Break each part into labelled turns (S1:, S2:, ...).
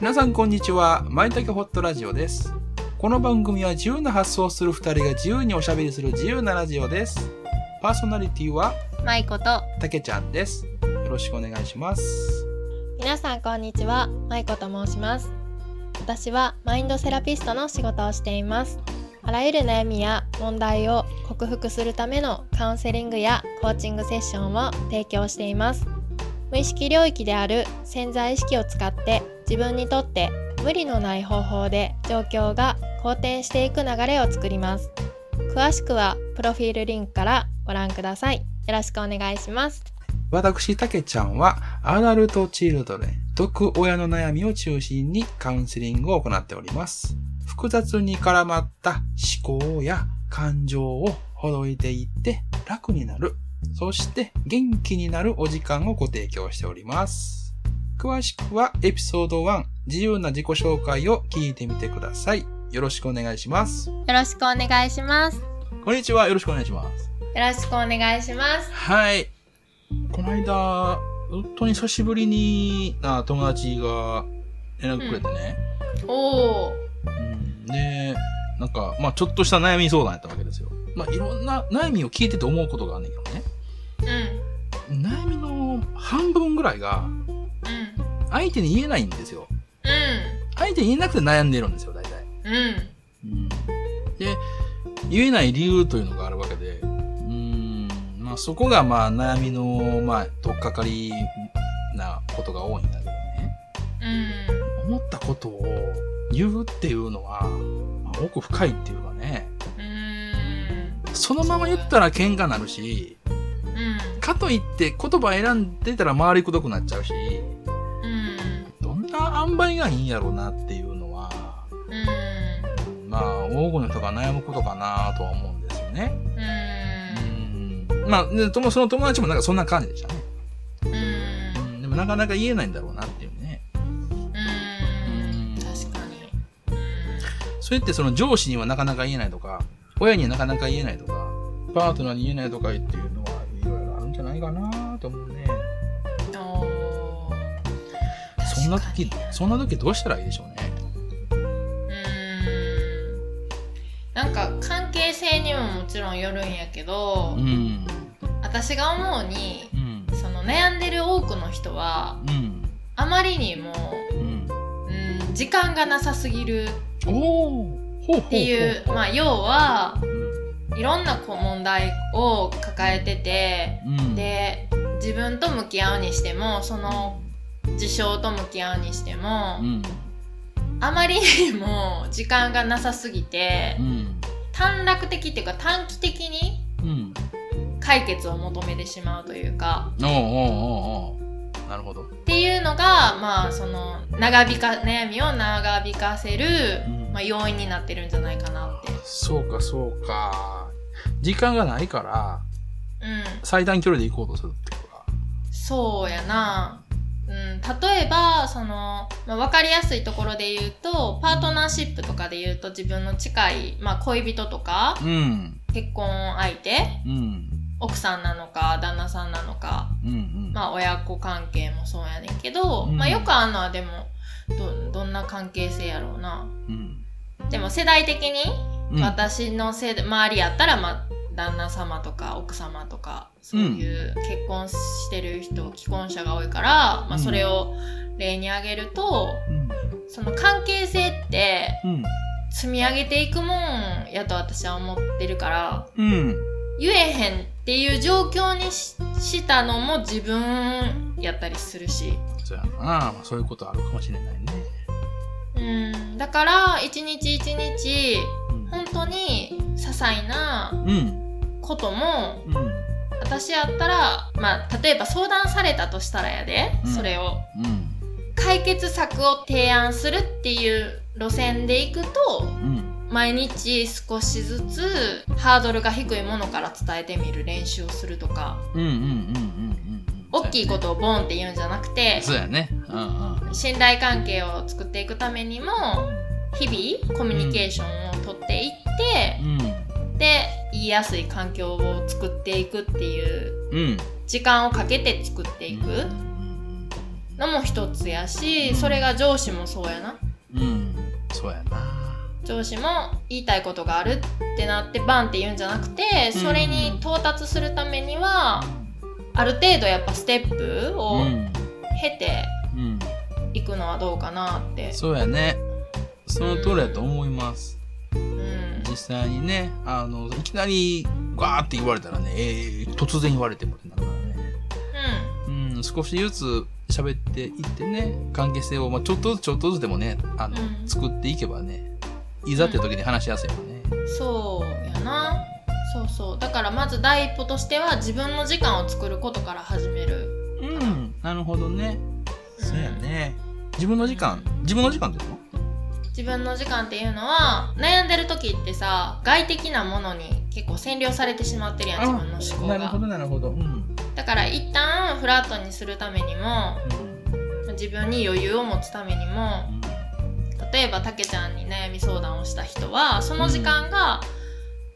S1: 皆さんこんにちは。まいたけホットラジオです。この番組は自由な発想をする二人が自由におしゃべりする自由なラジオです。パーソナリティは
S2: まいこと
S1: たけちゃんです。よろしくお願いします。
S2: 皆さんこんにちはまいこと申します私はマインドセラピストの仕事をしていますあらゆる悩みや問題を克服するためのカウンセリングやコーチングセッションを提供しています無意識領域である潜在意識を使って自分にとって無理のない方法で状況が好転していく流れを作ります詳しくはプロフィールリンクからご覧くださいよろしくお願いします
S1: 私、たけちゃんはアダルトチルドレン、毒親の悩みを中心にカウンセリングを行っております。複雑に絡まった思考や感情をほどいていって楽になる。そして元気になるお時間をご提供しております。詳しくはエピソード1、自由な自己紹介を聞いてみてください。よろしくお願いします。
S2: よろしくお願いします
S1: こんにちは。よろしくお願いします。
S2: よろしくお願いします。
S1: はい。この間、本当に久しぶりにな友達が連絡くれてね。
S2: おお。
S1: うんで、なんか、まあちょっとした悩み相談やったわけですよ。まあいろんな悩みを聞いてて思うことがあんねんけどね。
S2: うん。うん。
S1: 悩みの半分ぐらいが、相手に言えないんですよ。相手に言えなくて悩んでるんですよ、大体。
S2: うん。うん。
S1: うんで、言えない理由というのがあるわけで、うん、まあそこがまあ悩みの、まあ、とっかかりなことが多いんだけどね。
S2: うん。
S1: 思ったことを言うっていうのは、まあ奥深いっていうかね、
S2: うん。
S1: そのまま言ったら喧嘩になるし、
S2: うん。
S1: かといって言葉選んでたら周りくどくなっちゃうし、
S2: うん。
S1: どんな塩梅がいいんやろうなっていうのは、
S2: うん。
S1: まあ、多くの人が悩むことかなとは思うんですよね。うんまあ、でともその友達もなんかそんな感じでしたね。
S2: うん。うん。
S1: うんでもなかなか言えないんだろうなっていうね。
S2: うん。確かに。
S1: それってその上司にはなかなか言えないとか、親にはなかなか言えないとか、パートナーに言えないとかっていうのはいろいろあるんじゃないかなと思うね。
S2: うん。おお。
S1: そんな時、そんな時どうしたらいいでしょうね。
S2: うん。なんか関係性にももちろんよるんやけど
S1: う、ん。
S2: 私が思うに、
S1: うん。
S2: その悩んでる多くの人は、
S1: うん。
S2: あまりにも、
S1: うん。
S2: うん、時間がなさすぎる
S1: おーほうほうほうほう。っ
S2: っていう、まあ、要は
S1: う
S2: いろんなこう問題を抱えてて
S1: ん。、
S2: で自分と向き合うにしてもその事象と向き合うにしても、
S1: うん。
S2: あまりにも時間がなさすぎて
S1: うん。
S2: 短絡的っていうか短期的に
S1: うん。
S2: 解決を求めてしまうというか
S1: おうおうおうおうなるほど。
S2: っていうのがまあその長引か悩みを長引かせる、
S1: うん
S2: まあ、要因になってるんじゃないかなって。
S1: そうか、そうか。時間がないから、
S2: うん
S1: 最短距離で行こうとするってことか。
S2: そうやな。うん、例えばその、まあ、分かりやすいところで言うとパートナーシップとかで言うと自分の近い、まあ、恋人とか
S1: うん。
S2: 結婚相手
S1: うん。
S2: 奥さんなのか旦那さんなのか、
S1: うん。うん。
S2: まあ、親子関係もそうやねんけど、
S1: うん
S2: まあ、よくあんのはでもどどんな関係性やろうな
S1: うん。
S2: でも世代的に
S1: うん。
S2: 私の世代周りやったら、まあ、旦那様とか奥様とかそういう結婚してる人、既婚者が多いから、ま
S1: うん
S2: あ、それを例に挙げると
S1: うん。
S2: その関係性って
S1: うん。
S2: 積み上げていくもんやと私は思ってるから
S1: うん。
S2: 言えへんっていう状況にししたのも自分やったりするし。
S1: そうやろな。まあ、そういうことあるかもしれないね。
S2: うん、だから一日一日
S1: うん。
S2: 本当に些細な
S1: うん。
S2: ことも
S1: うん。
S2: 私やったら、まあ、例えば相談されたとしたらやで、
S1: うん
S2: それを
S1: うん。
S2: 解決策を提案するっていう路線でいくと
S1: うん。
S2: 毎日少しずつハードルが低いものから伝えてみる練習をするとか
S1: うん。うん。うん。うん。うん。。
S2: 大きいこととをボンって言うんじゃなくて
S1: そうやね。うん。うん。
S2: 信頼関係を作っていくためにも日々コミュニケーションをとっていって
S1: うん。
S2: で言いやすい環境を作っていくっていう
S1: うん。
S2: 時間をかけて作っていく。
S1: うん
S2: のも一つやしそれが上司もそうやな
S1: うんそうやな
S2: 上司も言いたいことがあるってなってバンって言うんじゃなくてそれに到達するためにはある程度やっぱステップ
S1: う
S2: を
S1: ん
S2: 経て
S1: うん
S2: いくのはどうかなって、
S1: そうやねその通りだと思います
S2: うん、
S1: 実際にねあのいきなりガーって言われたらね、えー突然言われてもってなるからねうん少しずつ喋っていってね関係性を、まあ、ちょっとずつちょっとずつでもねあの、
S2: うん
S1: 作っていけばねいざって時に話しやすいよね、
S2: うん、そうやなそうそうだからまず第一歩としては自分の時間を作ることから始める
S1: うん、なるほどね。
S2: うん
S1: そうやね。自分の時間、自分の時間ってこ
S2: 自分の時間っていうのは悩んでる時ってさ外的なものに結構占領されてしまってるやん
S1: あ
S2: 自分の思
S1: と
S2: 考が
S1: なるほど。うん。
S2: だから一旦フラットにするためにも自分に余裕を持つためにも例えばたけちゃんに悩み相談をした人はその時間が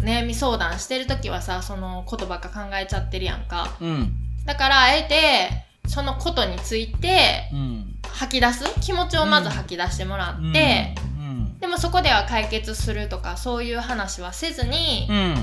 S2: 悩み相談してる時はさそのことばっか考えちゃってるやんか
S1: うん。
S2: だからあえてそのことについて
S1: うん。
S2: 吐き出す気持ちをまず吐き出してもらって、
S1: うん、
S2: でもそこでは解決するとかそういう話はせずに
S1: うん。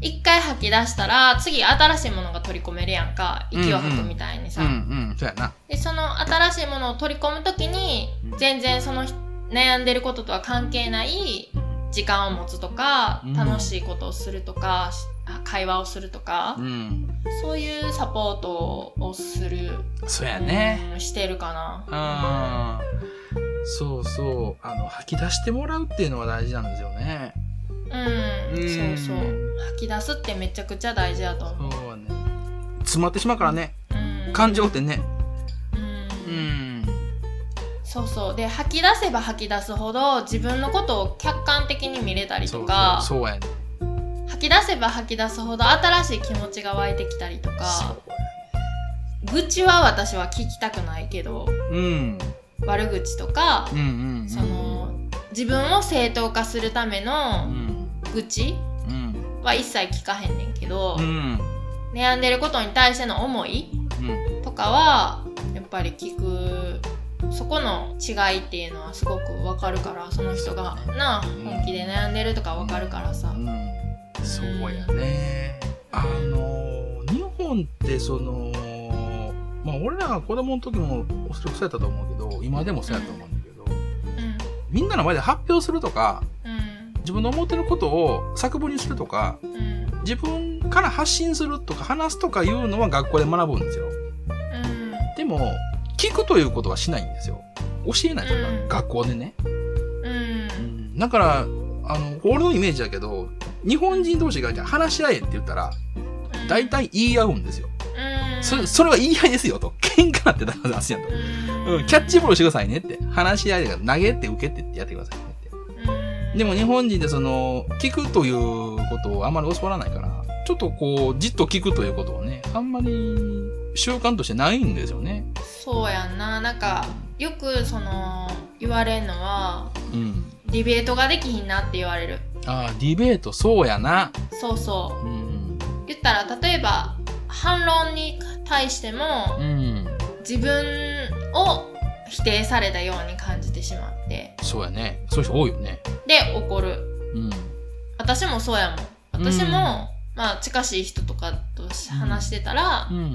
S2: 一、回吐き出したら次新しいものが取り込めるやんか息を吐くみたいにさ、
S1: うん。うん。そうやな。
S2: でその新しいものを取り込む時に
S1: うん
S2: 全然その人悩んでることとは関係ない時間を持つとか
S1: うん
S2: 楽しいことをするとか、しあ会話をするとか、
S1: うん。
S2: そういうサポートをする、
S1: そうやね。
S2: うんしてるかな。
S1: ああ。そうそう。あの、吐き出してもらうっていうのは大事なんですよね。
S2: うん、
S1: うん
S2: そうそう吐き出すってめちゃくちゃ大事だと思う。
S1: そうね。詰まってしまうからね。
S2: うん
S1: 感情ってね。
S2: うん
S1: うん。
S2: そうそうで吐き出せば吐き出すほど自分のことを客観的に見れたり
S1: そ
S2: と
S1: う
S2: か
S1: そうそうやね。
S2: 吐き出せば吐き出すほど新しい気持ちが湧いてきたりと
S1: そ
S2: か
S1: う
S2: 愚痴は私は聞きたくないけど
S1: うん。
S2: 悪口とか
S1: うん。うん。うん
S2: その自分を正当化するため
S1: う
S2: の
S1: ん。
S2: 愚痴
S1: うん。
S2: は一切聞かへんねんけど
S1: うん。
S2: 悩んでることに対しての思い
S1: うん。
S2: とかはやっぱり聞くそこの違いっていうのはすごくわかるからその人がなあ
S1: ん
S2: 本気で悩んでるとかわかるからさ。
S1: うんそうやね。あの、日本ってその、まあ俺らが子供の時もおそらくそうやったと思うけど、今でもそうやと思うんだけど、
S2: うん
S1: みんなの前で発表するとか、
S2: うん
S1: 自分の思ってることを作文にするとか、
S2: うん
S1: 自分から発信するとか話すとかいうのは学校で学ぶんですよ。
S2: うん
S1: でも、聞くということはしないんですよ。教えないとか、
S2: うん
S1: 学校でね。
S2: うん
S1: うんだから、あの、俺のイメージだけど、日本人同士がじゃあ話し合えって言ったら、
S2: うん
S1: 大体言い合うんですよ。
S2: うん
S1: そそれは言い合いですよと。喧嘩ってだから出すやんと。
S2: う
S1: うん、キャッチボールしてくださいねって。話し合いだから投げて受けてってやってくださいねっ
S2: うん
S1: て。でも日本人でその、聞くということをあんまり教わらないから、ちょっとこう、じっと聞くということをね、あんまり習慣としてないんですよね。
S2: そうやんななんかよくその言われるのは
S1: うん。
S2: ディベートができひんなって言われる
S1: ああ、ディベート、そうやな。
S2: そうそ
S1: うん。
S2: う言ったら例えば反論に対しても
S1: うん。
S2: 自分を否定されたように感じてしまって
S1: そうやね。そういう人多いよね。
S2: で怒る
S1: うん。
S2: 私もそうやもん私も、まあ近しい人とかと話してたら、
S1: うん。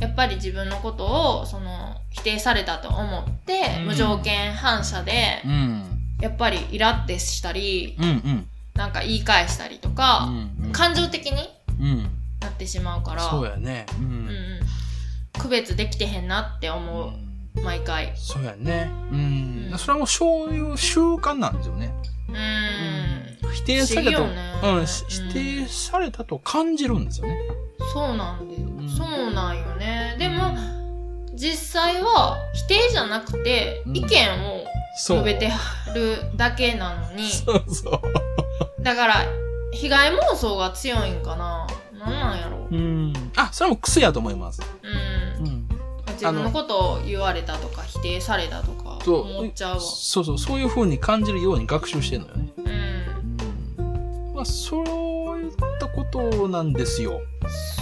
S2: やっぱり自分のことをその否定されたと思って、
S1: うん
S2: 無条件反射で
S1: う、ん。
S2: やっぱりイラってしたり
S1: うん。うん。
S2: なんか言い返したりと
S1: う
S2: か、
S1: んうん。
S2: 感情的に
S1: うん。
S2: なってしまうから
S1: そうやね。う
S2: うん
S1: ん。
S2: うん、区別できてへんなって思う、毎回
S1: そうやね。うん。
S2: うん
S1: それはもうそういう習慣なんですよね。
S2: うん、
S1: 否定された
S2: 不
S1: と、
S2: 思議よね
S1: うん、し
S2: うん
S1: 否定されたと感じるんですよね。
S2: そうなんで、
S1: ん
S2: そうなんよねでも実際は否定じゃなくて
S1: うん
S2: 意見を
S1: そう
S2: 述べてはるだけなのに、
S1: そうそ
S2: だから被害妄想が強いんかななんなんやろ
S1: う。うん。あ、それも癖やと思います。
S2: うん
S1: ん。
S2: 自分のことを言われたとか否定されたとか
S1: そう。
S2: 思っちゃうわ
S1: そうそう。そういう風に感じるように学習してるのよね。
S2: うん
S1: うん。まあ、そういったことなんですよ。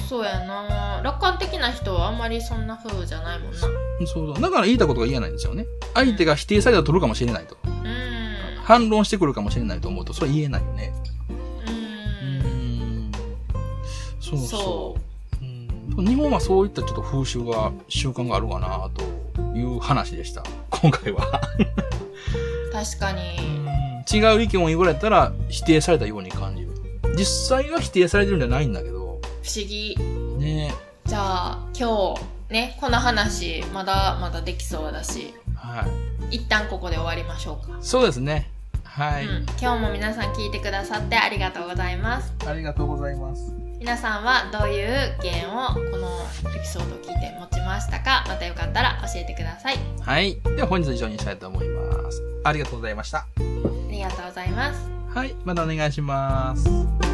S2: そうやな楽観的な人はあんまりそんな風じゃないもんなう
S1: そうそう。だから言いたことが言えないんですよね。相手が否定されたと取るかもしれないと。
S2: ん
S1: 反論してくるかもしれないと思うと、それは言えないよね。う。
S2: うん
S1: そうそ。
S2: そう
S1: うん日本はそういったちょっと風習が、習慣があるかなという話でした。今回は。
S2: う確かに
S1: 違う意見を言われたら否定されたように感じる。実際は否定されてるんじゃないんだけど、
S2: 不思議
S1: ね
S2: じゃあ今日ねこの話まだまだできそうだし
S1: はい。
S2: 一旦ここで終わりましょうか、
S1: そうですね。はい、
S2: うん、今日も皆さん聞いてくださってありがとうございます
S1: ありがとうございます。
S2: 皆さんはどういうゲームをこのエピソードを聞いて持ちましたかまたよかったら教えてくださいあ
S1: はい。では本日は以上にしたいと思います。ありがとうございました。
S2: りがとうございます
S1: はい。またお願いします。